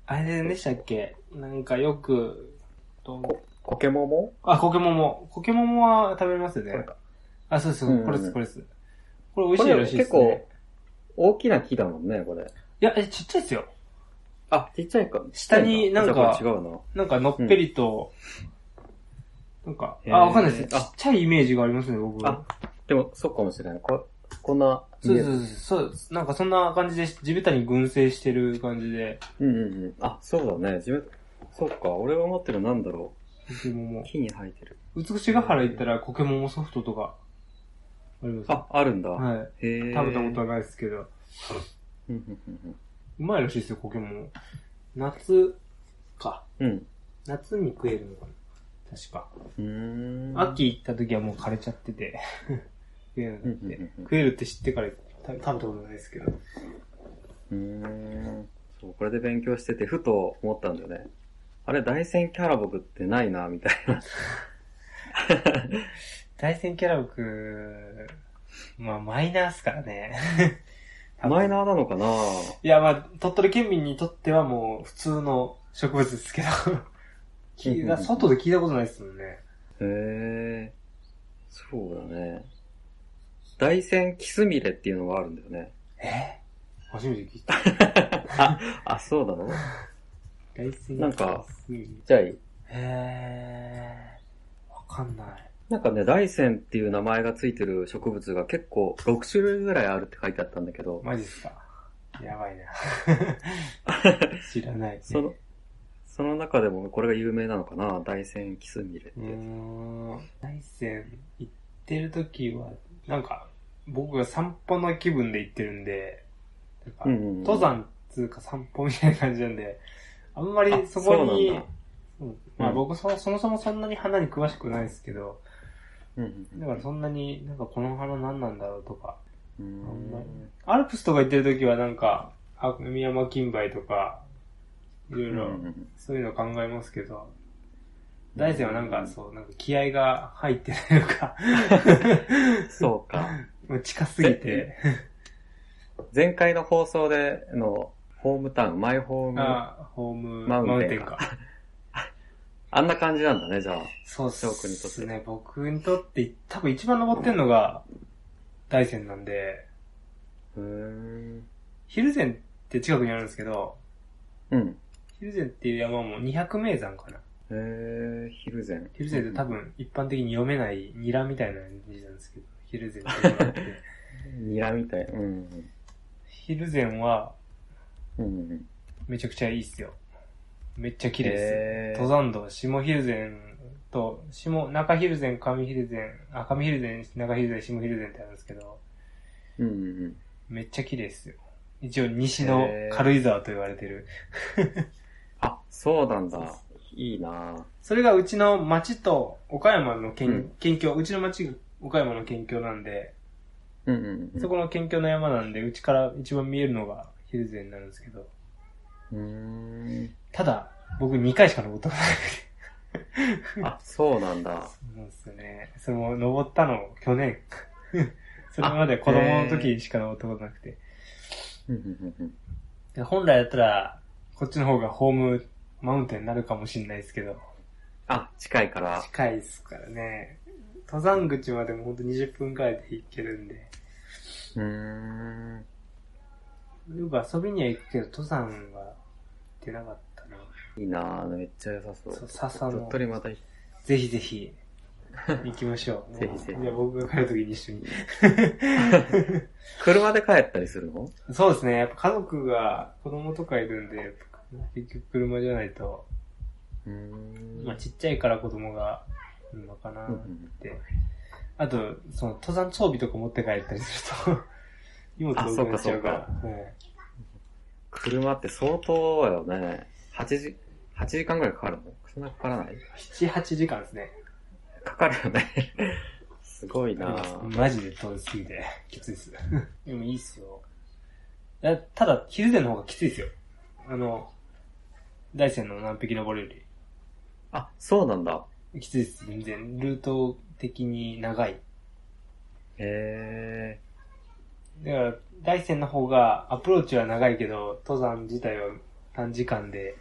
S2: あれでしたっけなんかよく、どう
S1: こポケモンも
S2: あ、コケモモ。コケモモは食べますよ
S1: これ
S2: ね。
S1: か
S2: あ、そうです、
S1: うんうん
S2: これです、これです。これ美味しいらしいです、ね。
S1: これ結構大きな木だもんね、これ。
S2: いや、え、ちっちゃいですよ。
S1: あ、ちっちゃいか。
S2: 下になんか
S1: じゃあこれ違うな。
S2: なんかのっぺりと、なんか、
S1: へー
S2: あ、わかんないです。ち
S1: あ
S2: っちゃいイメージがありますね、僕。
S1: あでも、そうかもしれない。ここんな
S2: そう
S1: 見え
S2: そうそうそうです。なんかそんな感じで、地べたに群生してる感じで、
S1: うんうんうん。あ、そうだね。自分、そうか。俺が持ってるなんだろ
S2: コケモモ
S1: う。。木に生えてる。
S2: 美しが原行ったらコケモモソフトとか、あります。
S1: あ、あるんだ。
S2: はい。
S1: へえ。
S2: 食べたこと
S1: は。
S2: はないですけど。
S1: うんうん
S2: うまいらしいですよ、コケモン。夏か。
S1: うんうん。
S2: 夏に食えるのかな確か。
S1: うん。うーん。
S2: 秋行った時はもう枯れちゃって て。食えなくな
S1: うんう
S2: っ
S1: んうん
S2: て
S1: うん。
S2: 食えるって知ってからた食べたことないですけど。
S1: うーん。そう、これで勉強してて、ふと思ったんだよね。あれ、大山キャラボクってないな、みたいな。。
S2: 大戦キャラブク、まあマイナーっすから ね
S1: マイ
S2: ー
S1: ナーなのかない
S2: やまあ、鳥取県民にとってはもう普通の植物ですけ ど。聞いた外で聞いたことないですもんね。
S1: へえ。そうだね。大山キスミレっていうのがあるんだよね。
S2: え初めて聞いた。
S1: あ、 あ、そうなの
S2: 大戦
S1: なんか
S2: キス
S1: じゃあいい。
S2: へー。わかんない。
S1: なんかね、大山っていう名前がついてる植物が結構6種類ぐらいあるって書いてあったんだけど、
S2: マジっすか。やばいな。 知らない、ね。
S1: その、その中でもこれが有名なのかな大山キスミレって
S2: う。ーん。大山行ってる時は、なんか、僕が散歩の気分で行ってるんで、なんか
S1: うんうんうん
S2: 登山つうか散歩みたいな感じなんで、あんまり
S1: あ
S2: そこ
S1: そう
S2: に
S1: なんだ、
S2: うんまあ
S1: うん
S2: 僕そそもそもそんなに花に詳しくないですけど、
S1: うんうんうん
S2: だからそんなになんかこの花何なんだろうとか、
S1: うーん
S2: アルプスとか行ってる時はなんか、あ宮山金梅とか、いろいろ
S1: うんうん
S2: そういうの考えますけど、大山はなんかそう、なんか気合が入ってないのか、
S1: そう か。
S2: もう近すぎて、
S1: 前回の放送でのホームタウン、マイホーム、あ
S2: あホーム
S1: マ
S2: マ
S1: ウンテン
S2: ウンテンか。
S1: んな感じなんだね、じゃあ。
S2: そうっ
S1: 翔くんにとって
S2: すね。僕にとって多分一番登ってんのが大山なんで、
S1: うーん。
S2: 蒜山って近くにあるんですけど、
S1: うん。
S2: 蒜山っていう山も200名山かな。
S1: へえー、ヒルゼン。
S2: ヒルゼンって多分一般的に読めないニラみたいな字なんですけど、ヒルゼンっていうのがあって。
S1: ニラみたい。うん
S2: ヒルゼンは
S1: うん。うんうん。
S2: めちゃくちゃいいっすよ。めっちゃ綺麗っすよ。
S1: へー
S2: 登山道、下ヒルゼンと、下、中ヒルゼン、上ヒルゼン、あ、上ヒルゼン、中ヒルゼン、下ヒルゼンってあるんですけど、
S1: うんうんうん。
S2: めっちゃ綺麗っすよ。一応西の
S1: へー
S2: 軽井沢と言われてる。
S1: あ、そうなんだ。いいなぁ。
S2: それがうちの町と岡山の県,、
S1: うん
S2: 県境、うちの町が岡山の県境なんで、
S1: うんうんうん。
S2: そこの県境の山なんで、うちから一番見えるのがヒルゼンになるんですけど、
S1: うーん。
S2: ただ、僕2回しか登ったことない。
S1: あ、そうなんだ。
S2: そうなんですよね。それも登ったの、去年。 それまで子供の時しか登ったことなくて。
S1: うんうんうんうん
S2: で本来だったら、こっちの方がホームマウンテンになるかもしれないですけど、
S1: あ、近いから。
S2: 近いですからね。登山口までもほんと20分くらいで行けるんで。
S1: うーん。
S2: よく遊びには行くけど、登山は出なかったな。
S1: いいなぁ。めっちゃ良さそう。
S2: そう、笹
S1: 鳥
S2: の。
S1: 取また行き
S2: ぜひぜひ、行きましょ う。
S1: ぜひぜひ
S2: じゃあ僕が帰る時に一緒に。
S1: 車で帰ったりするの
S2: そうですね。やっぱ家族が子供とかいるんで、やっぱ結局車じゃないと、
S1: うーん
S2: まあちっちゃいから子供がいるのかな
S1: うんう
S2: っ
S1: ん
S2: て。あと、その登山装備とか持って帰ったりすると、 荷物多くなっちゃうから。
S1: あ
S2: はい
S1: 車って相当よね。8時、8時間ぐらいかかるのそんなかからない
S2: 7、8時間ですね。
S1: かかるよね。すごいなぁ。
S2: マジで遠すぎて、きつい っす。でもいいっすよ。だただ、ヒルゼンの方がきついっすよ。あの、大山の何匹登るより。
S1: あ、そうなんだ。
S2: きついです、全然。ルート的に長い。
S1: へ
S2: だから、大山の方がアプローチは長いけど、登山自体は短時間で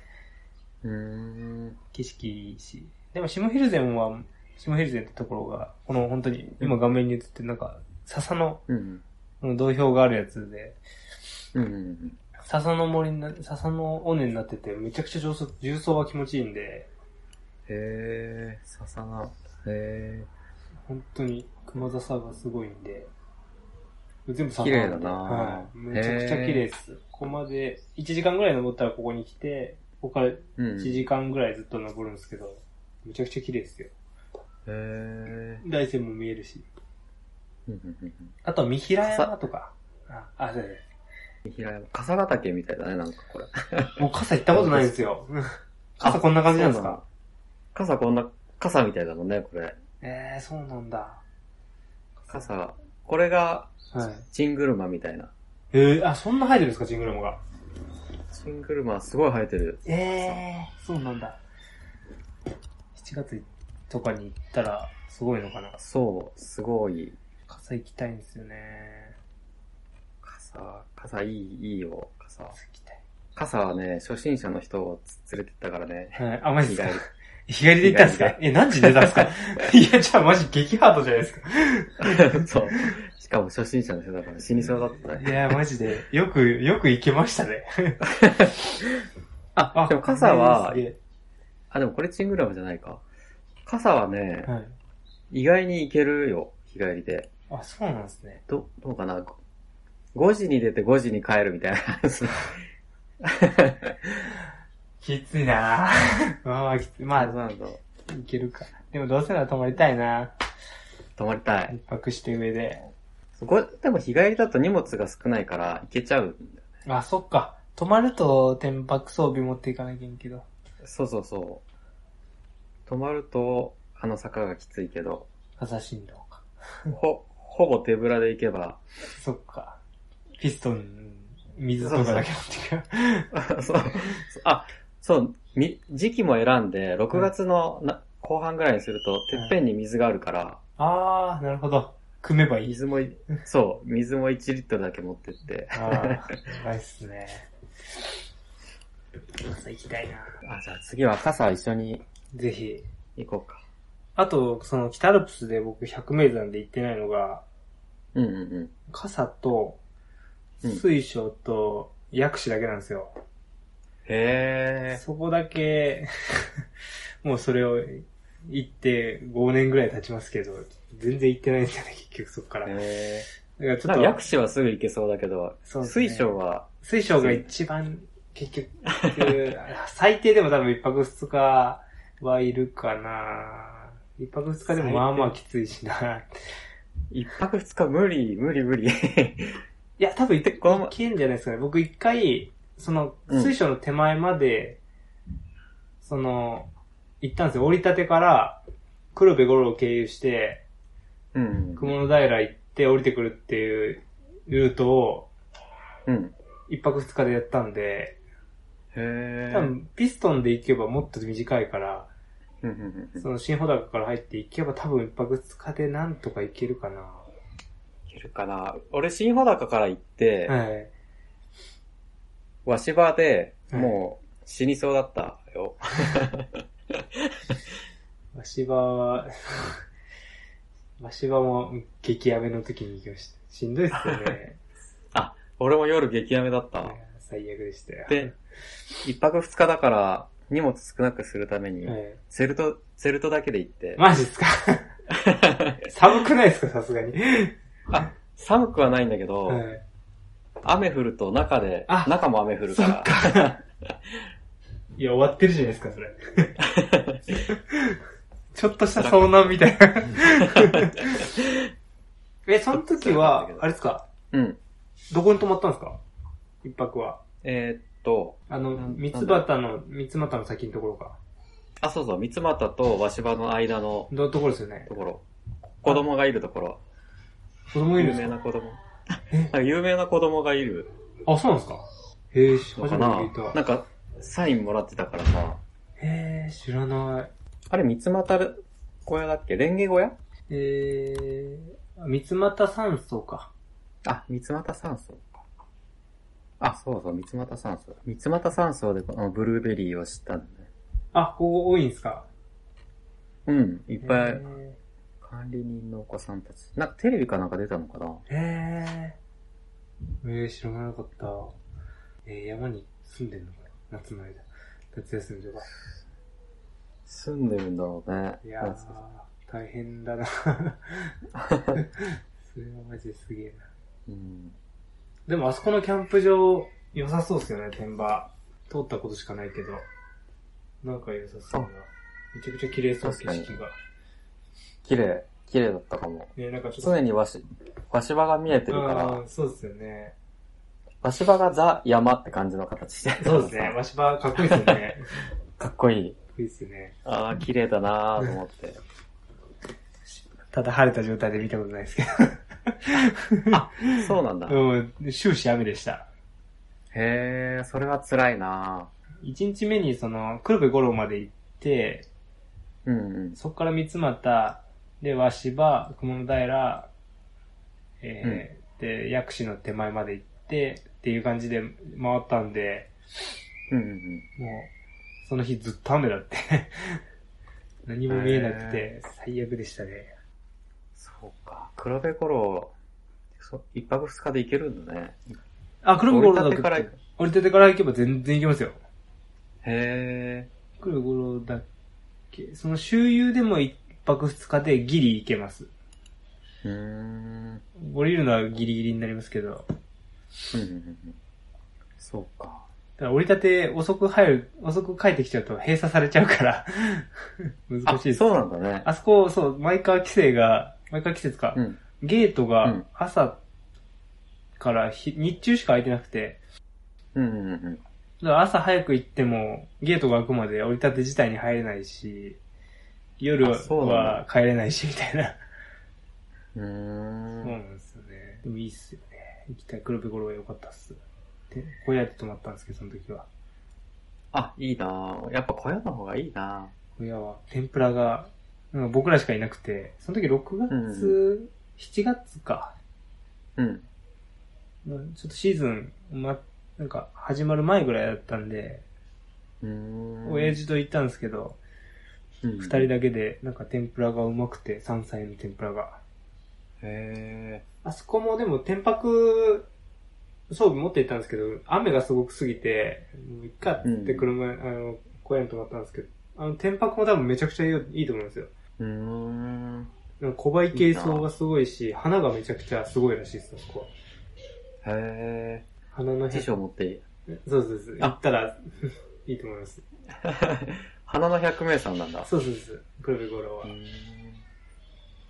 S1: え。うーん。
S2: 景色いいし。でも、下蒜山は、下蒜山ってところが、この本当に、今画面に映ってるなんか、笹の、
S1: うん。
S2: この土俵があるやつで、
S1: うんうん。
S2: 笹の森にな、笹の尾根になってて、めちゃくちゃ重層重曹は気持ちいいんで、
S1: へえ。笹菜。へ
S2: 本当に熊笹がすごいんで、全部
S1: え。
S2: 笹
S1: 綺
S2: な
S1: 麗
S2: んで
S1: だな
S2: はい。めちゃくちゃ綺麗
S1: へえ
S2: です。ここまで、1時間ぐらい登ったらここに来て、ここから
S1: うん。
S2: 1時間ぐらいずっと登るんですけど、めちゃくちゃ綺麗ですよ。
S1: へえ。
S2: 大山も見えるし。
S1: うんうんうん
S2: あと、三平山とか。あ、あ、そうです。
S1: うん。平山。笠ヶ岳みたいだね、なんかこれ。
S2: もう傘行ったことないんですよ。 傘こんな感じなんで
S1: そ
S2: す
S1: う
S2: か
S1: だ傘こんな、傘みたいだもんね、これ。
S2: えー、そうなんだ。
S1: 傘が。これが、
S2: はい。
S1: チングルマみたいな。
S2: えー、あ、そんな生えてるんですか、ジングルモが。
S1: チングルマすごい生えてる。
S2: ええー、そうなんだ。7月とかに行ったら、すごいのかな。
S1: そう、すごい。
S2: 傘行きたいんですよね。
S1: 傘、傘いい、いいよ、傘。
S2: 傘行きたい。
S1: 傘はね、初心者の人をつ連れてったからね。
S2: はい、あ、マジ
S1: 意
S2: ですか
S1: 外。
S2: 日帰りで行ったんです
S1: 日
S2: か
S1: 帰
S2: え、何時に出たんですか いや、じゃあマジ激ハードじゃないですか。
S1: そう。しかも初心者の人だから死にそうだった
S2: い
S1: ね。
S2: や、マジで、よく、よく行けましたね。
S1: あ、でも傘は
S2: す、げえ
S1: あ、でもこれチングラムじゃないか。傘はね、
S2: はい。
S1: 意外にいけるよ、日帰りで。
S2: あ、そうなんですね。
S1: ど、どうかな。5時に出て5時に帰るみ たいな。そう
S2: きつ いなぁ。まあまあ、きつい。まあ、
S1: なんだ。
S2: いけるか。でもどうせなら泊まりたいな
S1: 泊まりたい。
S2: 一泊して上で。
S1: ごでも日帰りだと荷物が少ないから行けちゃうんだよね。
S2: あ、そっか。泊まると、天泊装備持っていかなきゃいけんけど。
S1: そうそうそう。泊まると、あの坂がきついけど、
S2: 朝振動か。
S1: ほ、ほぼ手ぶらで行けば、
S2: そっか。ピストン、水とかだけ持ってい く。
S1: そう、あ、そう、み、時期も選んで、6月のな、後半ぐらいにすると、てっぺんに水があるから、
S2: あー、なるほど。組めばいい。
S1: 水もい、 そう、水も1リットルだけ持ってって、
S2: あー、うまいっすね。朝行きたいな
S1: あ、じゃあ次は傘一緒に
S2: ぜひ。
S1: 行こうか。
S2: あと、その、北アルプスで僕100名山で行ってないのが、
S1: うんうん
S2: 傘と、
S1: うん。うん、へ
S2: 水晶と、薬師だけなんですよ。
S1: え。
S2: そこだけ、 もうそれを行って5年ぐらい経ちますけど、全然行ってないんですよね、結局そこから。だか
S1: へ
S2: ら
S1: ー
S2: ちょ
S1: な
S2: っ
S1: ん
S2: と、
S1: か薬師はすぐ行けそうだけど、
S2: そうですね
S1: 水晶は、
S2: 水晶が一番結局、 最低でも多分一泊二日はいるかな一泊二日でもまあまあきついしな。
S1: 一泊二日無理、無理無 理。
S2: いや、多分行
S1: この
S2: 行けんじゃないですかね。僕一回、その、
S1: うん
S2: 水晶の手前まで、その、行ったんですよ。降り立てから、黒部五郎を経由して、
S1: うん。
S2: 雲の平行って降りてくるっていうルートを
S1: うん。
S2: 一泊二日でやったんで、
S1: へえ
S2: 多。分ピストンで行けばもっと短いから、
S1: うんうんうん
S2: その新穂高から入って行けば多分一泊二日でなんとか行けるかな。
S1: いけるかな。俺、新穂高から行って、
S2: はい。
S1: 鷲場で、もう、死にそうだったよ。
S2: 鷲場 は、鷲場も激雨の時に行きました。しんどいっすよね。
S1: 俺も夜激雨だった。
S2: 最悪でしたよ。
S1: で、一泊二日だから、荷物少なくするために
S2: は、い、
S1: セルト、セルトだけで行って、
S2: マジっすか 寒くないっすかさすがに。
S1: 寒くはないんだけど、
S2: はい
S1: 雨降ると中で
S2: あ、
S1: 中も雨降るから、
S2: いや、終わってるじゃないですか、それ。 ちょっとした遭難みたいな。え、その時は、あれですか
S1: うん。
S2: どこに泊まったんですか一泊は。
S1: えーっと、
S2: あの、
S1: なん
S2: 三つ旗の、三つ旗の先のところか。
S1: あ、そうそう、三股と鷲場の間の
S2: どのところですよね
S1: と。ころ、子供がいるところ、
S2: 子供いる
S1: 有
S2: んで
S1: 名
S2: すか
S1: な子供。
S2: え
S1: なんか有名な子供がいる
S2: あ、そうなんですかへえ、初
S1: の
S2: め
S1: か
S2: て
S1: な
S2: 聞い
S1: な
S2: た。
S1: んか、サインもらってたからさ、
S2: へえ、知らない。
S1: あれ、三つ股小屋だっけレンゲ小屋
S2: えー、三つ股山荘か。
S1: あ、三つ股山荘か。あ、そうそう、三つ股山荘。三つ股山荘でこのブルーベリーを知ったんだね。
S2: あ、ここ多いんすか
S1: うん、いっ
S2: い
S1: ぱい管理人のお子さんたち。なんかテレビかなんか出たのかな
S2: えー、えー、知らなかった。えー、山に住んでんのかな夏の間。夏休みとか。
S1: 住んでるんだろうね。
S2: いや
S1: な
S2: ー
S1: んか、
S2: 大変だな それはマジですげえな。
S1: うん。
S2: でもあそこのキャンプ場、良さそうっすよね、天場。通ったことしかないけど。なんか良さそうな
S1: あ。
S2: めちゃくちゃ綺麗そう、
S1: 確
S2: 景
S1: かに
S2: 色が。
S1: 綺麗、綺麗だったかも。
S2: ね、なんかちょっ
S1: 常にわし、わし場が見えて
S2: と。
S1: るから
S2: あ、ーそうですよね。
S1: わし場がザ山って感じの形してる
S2: そうですね。。わしばかっこいいですよね。
S1: かっこいい。
S2: かっこいいですよね。
S1: ああ、綺麗だなーと思って。
S2: ただ晴れた状態で見たことないですけ
S1: そうなんだ。へ
S2: ど。うん、終始雨でした。
S1: え、それは辛いな
S2: 1日目にその、黒部五郎まで行って、
S1: ーうんうん。
S2: そこから三股、で、鷲羽、雲の平、えーで、薬師の手前まで行って、っていう感じで回ったんで、
S1: うんうんうん。
S2: もう、その日ずっと雨だって。 何も見えなくて、最悪でしたね。
S1: そうか。黒部頃、そ一泊二日で行けるんだね。
S2: あ、黒部五郎だ
S1: 折りたてから行
S2: と
S1: く。
S2: 折りたてから行けば全然行けますよ。
S1: へえ。
S2: 黒部五郎だっけその周遊でも一泊二日でギリ行けます。
S1: うーん。うん
S2: 降りるのはギリギリになりますけど。
S1: うんうんうん。そうか。
S2: ただ折り立て遅く入る、遅く帰ってきちゃうと閉鎖されちゃうから、 難
S1: あ、
S2: しいです。
S1: そうなんだね。
S2: あそこ、そう、マイカー規制が、マイカー規制ですか、
S1: うん。
S2: ゲート
S1: う
S2: が
S1: ん
S2: 朝から日日中しか開いてなくて、
S1: うんうんうん
S2: だから朝早く行っても、ゲートが開くまで折り立て自体に入れないし、夜
S1: あそうなんだ
S2: は帰れないし、みたいな。
S1: うん。
S2: そう
S1: うーん。
S2: なんですよね。でもいいっすよね。行きたい。黒部頃は良かったっす。で、小屋で泊まったんですけど、その時は。
S1: あ、いいなーやっぱ小屋の方がいいな
S2: 親は天ぷらが、なんか僕らしかいなくて、その時6月、7月か、
S1: ーうん。
S2: うんちょっとシーズン、ま、なんか始まる前ぐらいだったんで、
S1: うーん。
S2: 親父と行ったんですけど、
S1: 二
S2: 二、人だけで、なんか天ぷらがうまくて、山菜の天ぷらが。
S1: へ
S2: あそこもでも天白装備持って行ったんですけど、雨がすごくすぎて、もういっかっつって車、あの、公園に泊まったんですけど、あの天白も多分めちゃくちゃいいよいいと思うんですよ。
S1: え。うーん。
S2: なんか小映え系層がすごいし、花がめちゃくちゃすごいらしいです、そこは。
S1: へ
S2: 花の
S1: え。辞
S2: 辺。そう
S1: 書持っていい。
S2: そうそう。行
S1: あ
S2: ったら、 いいと思います。
S1: 花の百名山なんだ。
S2: そうそうそう。黒部五郎は
S1: うー。ん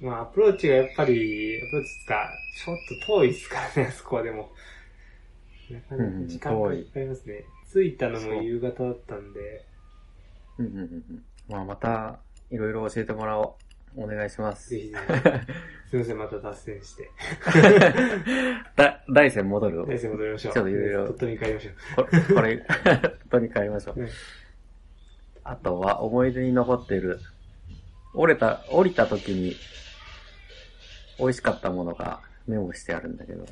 S2: まあ、アプローチがやっぱり、アプローチっすか、ちょっと遠いっすからね、あ そこはでも。なかなか時間
S1: うん
S2: が
S1: 遠
S2: か
S1: い
S2: かりますね。着いたのも夕方だったんで、
S1: うんうんうんうん。まあまた、いろいろ教えてもらおう。お願いします
S2: ぜ。ひぜ ひ。すいません、また脱線して。
S1: だ、大山戻る
S2: 大生戻りましょう。
S1: ちょっといろいろ
S2: 鳥取に帰りましょう。
S1: ここれ、 取り替えましょう
S2: うん。
S1: あとは、思い出に残っている、折れた、降りた時に、美味しかったものがメモしてあるんだけど、
S2: い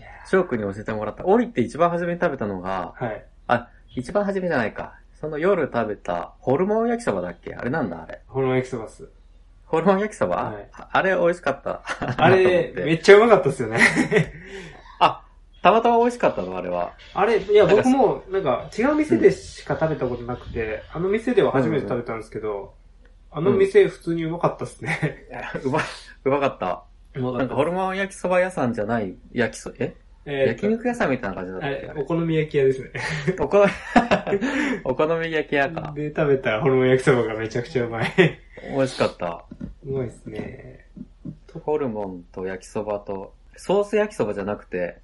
S2: や
S1: 翔くんに教えてもらった。降りて一番初めに食べたのが、
S2: ーはい。
S1: あ、一番初めじゃないか。その夜食べた、ホルモン焼きそばだっけあれなんだあれ。
S2: ホルモン焼きそば っす。
S1: ホルモン焼きそば、
S2: はい
S1: ああれ美味しかった。
S2: あれ、
S1: と思
S2: め
S1: って
S2: っちゃうまかったっすよね。
S1: あ、たまたま美味しかったのあれは。
S2: あれ、いや、
S1: なんか
S2: 僕も、なんか、違う店でしか食べたことなくて、あの店では初めて食べたんですけど、あの店普通にうまかったっすね。
S1: うま、うまかった。
S2: うま
S1: なんかホルモン焼きそば屋さんじゃない焼きそ、え
S2: え
S1: 焼
S2: ーっ
S1: 肉屋さんみたいな感じだ
S2: と
S1: っ
S2: あ
S1: たっ
S2: れ
S1: けあ、
S2: お
S1: れ
S2: 好み焼き屋ですね。
S1: お好み、 お好み焼き屋か。
S2: で、食べたホルモン焼きそばがめちゃくちゃうまい。
S1: 美味しかった。
S2: うまいっすね。
S1: ホルモンと焼きそばと、ソース焼きそばじゃなくて、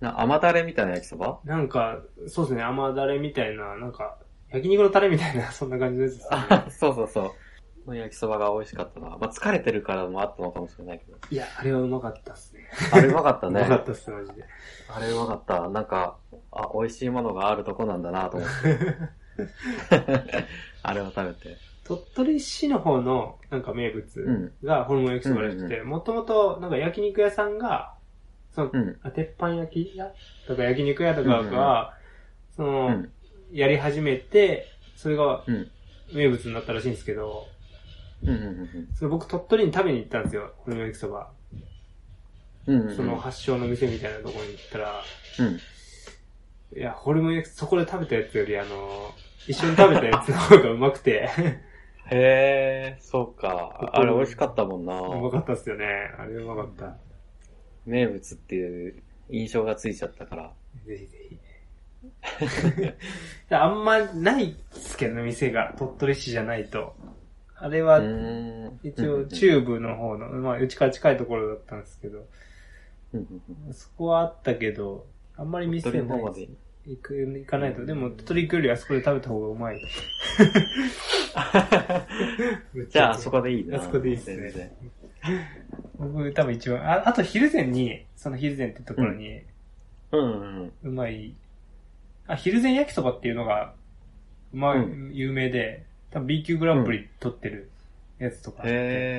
S1: な甘だれみたいな焼きそば
S2: なんか、そうですね、甘だれみたいな、なんか、焼肉のタレみたいな、そん な感じです、ね。
S1: あそうそうそう。この焼きそばが美味しかったな。まあ、疲れてるからもあったのかもしれないけど。
S2: いや、あれはうまかったっすね。
S1: あれうまかった
S2: うまか
S1: ね
S2: っ。たっす、マジで。
S1: あれうまかった。なんか、あ、 美味しいものがあるとこなんだなと思って。あれを食べて。
S2: 鳥取市の方の、なんか名
S1: う
S2: 物
S1: ん。
S2: がホルモン焼きそばらし
S1: う
S2: く
S1: んうん
S2: て、もともと、なんか焼肉屋さんが、その
S1: う、ん。
S2: あ鉄板焼き屋とか焼肉屋とか
S1: うんうん
S2: が、そうの
S1: ん。、
S2: やり始めて、それが
S1: うん。
S2: 名物になったらしいんですけど、
S1: うん。うん
S2: それ僕鳥取に食べに行ったんですよ、ホルモン焼きそば。
S1: うん。うん。
S2: その発祥の店みたいなところに行ったら、
S1: うん。
S2: いや、ホルモン焼き、そこで食べたやつより、あの、一緒に食べたやつの方がうまくて、
S1: へえ、そうか。 あれ美味しかったもんな。
S2: うまかったっすよね。あれうまかった。
S1: 名物っていう印象がついちゃったから。
S2: ぜひぜひ。 あんまないっすけどね、店が。鳥取市じゃないと。あれは、一応、中部の方の、まあ、うちから近いところだったんですけど、そこはあったけど、あんまり
S1: 鳥
S2: 店
S1: 取の
S2: も
S1: 方まで。
S2: 行く、行かないと。でも、鳥取行くよりあそこで食べた方がうまい。
S1: じゃあ、あそこでいいな。
S2: あそこでいいっすね
S1: 全然
S2: 僕多分一番、ああと昼前に、その昼前ってところに、
S1: うんうん。
S2: うまい、あ、昼前焼きそばっていうのが、うまい、
S1: う
S2: 有名で、多分 B 級グランプリ取ってるやつとかあって、
S1: へ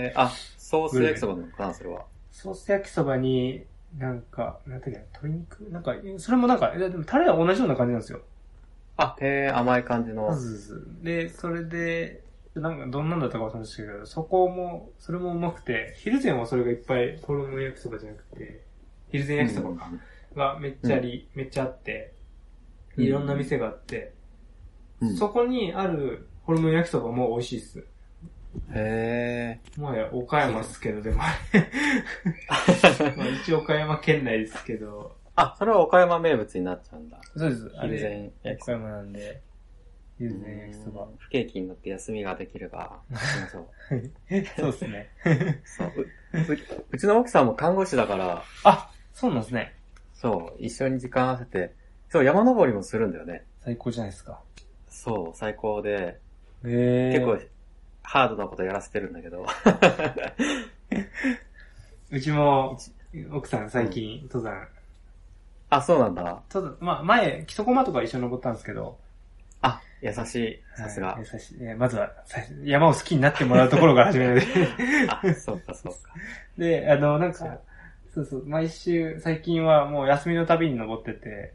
S1: え、あ、ソース焼きそばなのかな、それは。
S2: ソース焼きそばに、なんか、なんだっけ、鶏肉なんか、それもなんか、えでもタレは同じような感じなんですよ。
S1: あ、へえ、甘い感じの。
S2: まずずで、それで、なんか、どんなんだったか忘れましたけど、そこも、それもうまくて、昼前はそれがいっぱい、ホルモン焼きそばじゃなくて、昼前焼きそばか。がめっちゃあり、めっちゃあって、
S1: うん
S2: いろんな店があって、
S1: うん。うん
S2: そこにあるホルモン焼きそばも美味しいっす。
S1: へ
S2: もはや岡山っすけ ど、でもあれ、ま
S1: え。
S2: あ一応岡山県内ですけど、
S1: あ、それは岡山名物になっちゃうんだ。
S2: そうです、あ
S1: 偶
S2: れ、
S1: 然焼き
S2: 岡山なんで、ゆずね焼きそば。
S1: 不景気になって休みができれば。 そう
S2: そうですね。
S1: そううううちの奥さんも看護師だから、
S2: あ、そうなんですね。
S1: そう、一緒に時間合わせて、そう、山登りもするんだよね。
S2: 最高じゃないですか。
S1: そう、最高で、
S2: へ
S1: 結構、ハードなことやらせてるんだけど。
S2: うちも、奥さん最近、登山、
S1: あ、そうなんだ。
S2: 登山、まあ前、木曽駒とか一緒に登ったんですけど、
S1: あ、優しい。さすが
S2: はい。優しい。えーまずは、さ山を好きになってもらうところから始め ないと
S1: あ、そうか、そうか。
S2: で、あの、なんか、そうそう、毎週、最近はもう休みのたびに登ってて、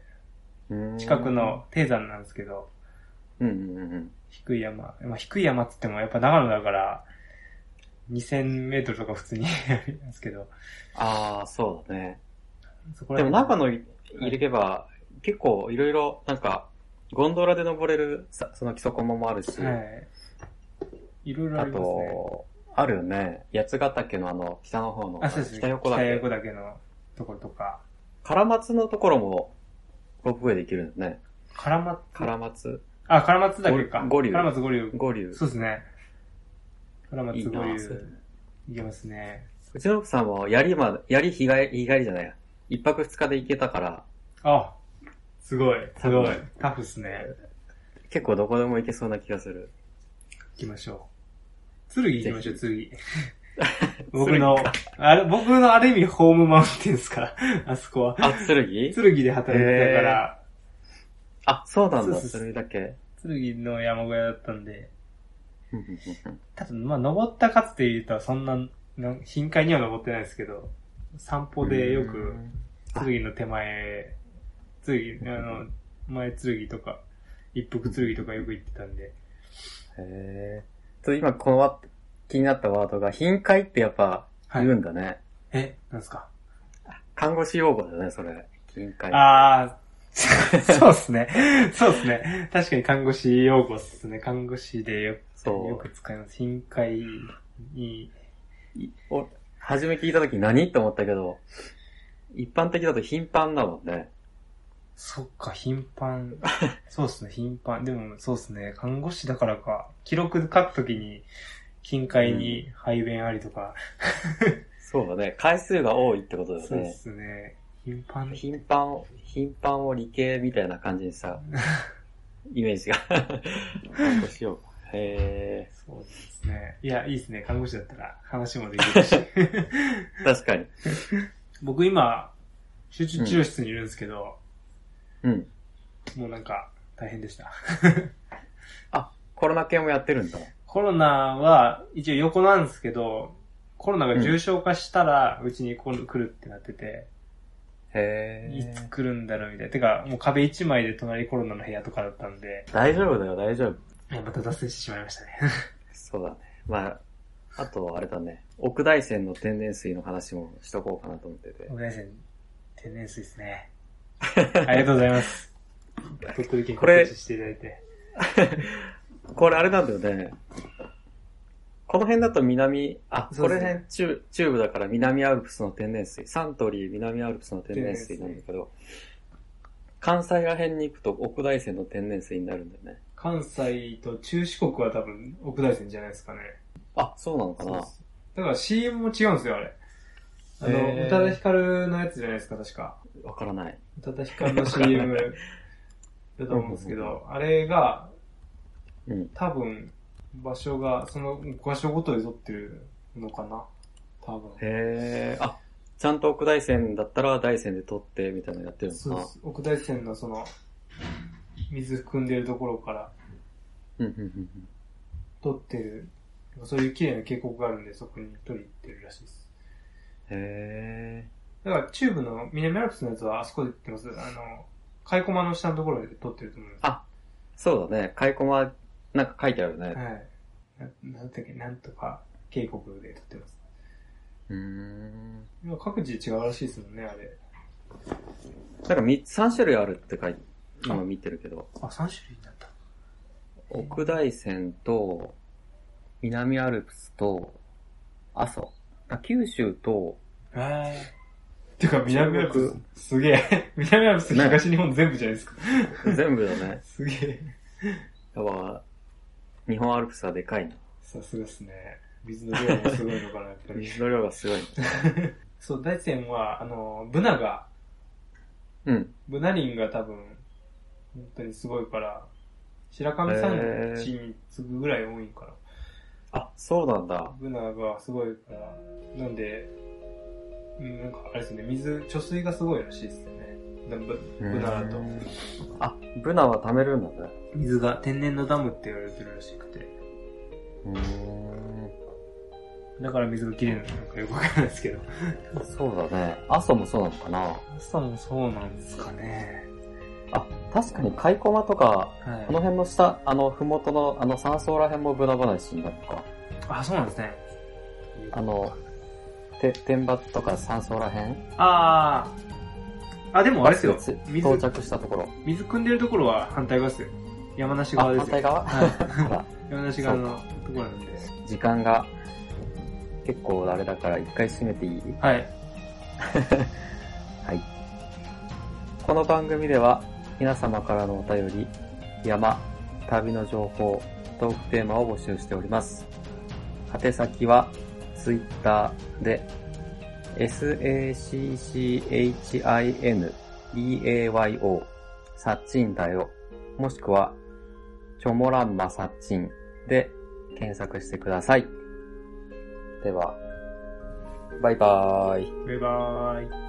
S1: うーん
S2: 近く。の低山なんですけど、
S1: うんうんうんうん。
S2: 低い山、まあ、低い山って言ってもやっぱ長野だから、2000メートルとか普通に ありますけど、
S1: ああ、そうだね。
S2: そこ
S1: でも長
S2: 野、
S1: 野い入れれば、結構いろいろ、なんか、ゴンドラで登れる、さその基礎コマもあるし、
S2: はい。いろいろあ
S1: あ
S2: りますね。
S1: と、あるよね。八ヶ岳のあの、北の方の、
S2: あ、そうですね。
S1: 北横岳。
S2: 横岳のところとか、
S1: 唐松のところも、ロープウェイで行けるんだね。
S2: 唐松、
S1: 唐松、
S2: あ、唐松岳か。
S1: 五竜
S2: 唐松五竜。
S1: 五竜。
S2: そうですね。唐松
S1: いい
S2: 五
S1: な
S2: 竜。
S1: そう
S2: いけますね。
S1: うちの奥さんも、槍ま、槍日帰り、日帰りじゃないや。一泊二日で行けたから、
S2: あ、すごい、すごい
S1: タ。
S2: タフっすね。
S1: 結構どこでも行けそうな気がする。
S2: 行きましょう。剣行きましょう、剣。 僕
S1: 剣
S2: の、あれ、僕のある意味ホームマウンテンですから、 あ そこは。
S1: あ、剣
S2: 剣で働いてたから、
S1: あ、そうなんだ、
S2: そうそうそう
S1: 剣だけ。
S2: 剣の山小屋だったんで、
S1: うんうんうんうん
S2: 多分まあ、登ったかつて言うとはそんな、なん頻回には登ってないですけど、散歩でよく、剣の手前、剣、あの、前剣とか、一服剣とかよく行ってたんで、
S1: へーちょっと今このわ気になったワードが、頻回ってやっぱ
S2: は
S1: 言う
S2: い。
S1: んだね。
S2: え、なんすか
S1: 看護師用語だよね、それ。頻回。
S2: ああ、 そうですね。そうですね。確かに看護師用語っすね。看護師でよ
S1: そう
S2: よく使います。頻回に。
S1: いお初め聞いた時何と思ったけど、一般的だと頻繁だもんね。
S2: そっか、頻 繁。そうっすね、頻繁。でも、そうっすね。看護師だからか。記録書くときに、頻回に排便ありとか。
S1: そうだね。回数が多いってことだよ
S2: そうっ
S1: ね。
S2: すね。頻繁。
S1: 頻繁を、頻繁を理系みたいな感じに さ、イメージが。看護師用語。へ
S2: そうですね。いや、いいっすね。看護師だったら話もでき るし。
S1: ー確かに。
S2: 僕今、集中治療室にいるんですけど、
S1: うん。
S2: もうなんか、大変でした。
S1: あ、コロナ系もやってるんだ。
S2: コロナは一応横なんですけど、コロナが重症化したら、うちに来る来るってなってて、
S1: へ
S2: いつ
S1: え。
S2: 来るんだろうみたいな。てか、もう壁一枚で隣コロナの部屋とかだったんで、
S1: 大丈夫だよ、大丈夫。
S2: えまた脱線してしまいましたね。
S1: そうだね。まあ、あと、あれだね。奥大山の天然水の話もしとこうかなと思ってて。
S2: 大山、天然水です ね。ありがとうございます。鳥取県
S1: これ
S2: 告知していただいて。
S1: これあれなんだよね。この辺だと南、あ、
S2: そ
S1: こ
S2: うで
S1: れ
S2: すね
S1: 辺中、中部だから南アルプスの天然水、サントリー南アルプスの天然水なんだけど、関西ら辺に行くと奥大山の天然水になるんだよね。
S2: 関西と中四国は多分奥大山じゃないですかね。
S1: あ、そうなのかな
S2: だから CM も違うんですよ、あれ。あ
S1: へ
S2: の、
S1: ー
S2: 宇多田ヒカルのやつじゃないですか、確か。
S1: わからない。
S2: 宇多田ヒカルの CM だと思うんですけど、あれが
S1: うん。
S2: 多分場所が、その場所ごとで撮ってるのかな。多分。
S1: へえ。あ、ちゃんと奥大山だったら大山で取って、みたいなのやってるのか
S2: そう
S1: な
S2: です奥大山のその、水含んでるところから
S1: うんうんうんうん。
S2: 撮ってる、そういう綺麗な渓谷があるんで、そこに撮りに行ってるらしいです。
S1: へえ。
S2: だから、チューブの南アルプスのやつはあそこで撮ってます。あの、カイコマの下のところで撮ってると思います。
S1: あそうだね。開コマ、なんか書いてあるね。
S2: はい。ななんだっけ、なんとか渓谷で撮ってます。
S1: うーん。
S2: 今各自違うらしいですもんね、あれ。
S1: なんかみ3種類あるって書いて、今見てるけど、
S2: あ、3種類になった。
S1: 奥大山と、南アルプスと、阿蘇。あ九州と、
S2: えー。てか、南アルプス、すげえ。 南アルプス、東日本全部じゃないですか。。
S1: 全部だね
S2: すげえ。
S1: やっぱ、日本アルプスはでかいな。
S2: さすがっすね。水の量もす ごいのかな、やっぱり。
S1: 水の量がすごい、ね。
S2: そう、大山は、あの、ブナが、
S1: うん。
S2: ブナリンが多分、本当にすごいから、白神山地に次ぐぐらい多いから、
S1: あ、そうなんだ。
S2: ブナがすごいから、なんで、うん、なんかあれですね、水、貯水がすごいらしいですよね。ブブナだと
S1: う。んあ、ブナは貯めるんだね。
S2: 水が天然のダムって言われてるらしくて。
S1: うー
S2: だから水がきれいなのかよくわかんないですけど。
S1: ん。そうだね。阿蘇もそうなのかな。
S2: 朝もそうなんですかね。
S1: あ、確かに開コマとか、
S2: はい
S1: この辺の下、あの、ふもとの、あの、山荘ら辺もブナ話になるのか。
S2: あ、そうなんですね。
S1: あの、て、天罰とか山荘ら辺
S2: ああ。あ、でもあれですよ
S1: バ。スがつ
S2: 水
S1: 到着したところ。
S2: 水汲んでるところは反対側ですよ。山梨
S1: あ、
S2: 側で
S1: 反
S2: す
S1: 対。
S2: よ
S1: 側
S2: は
S1: ほら、
S2: い。山梨側のところなんで。
S1: 時間が結構あれだから一回閉めていい
S2: はい。
S1: はい。この番組では皆様からのお便り、山、旅の情報、トークテーマを募集しております。宛先は Twitter で sacchindayo サッチンだよ、もしくはチョモランマサッチンで検索してください。では、バイバーイ。
S2: バイバーイ。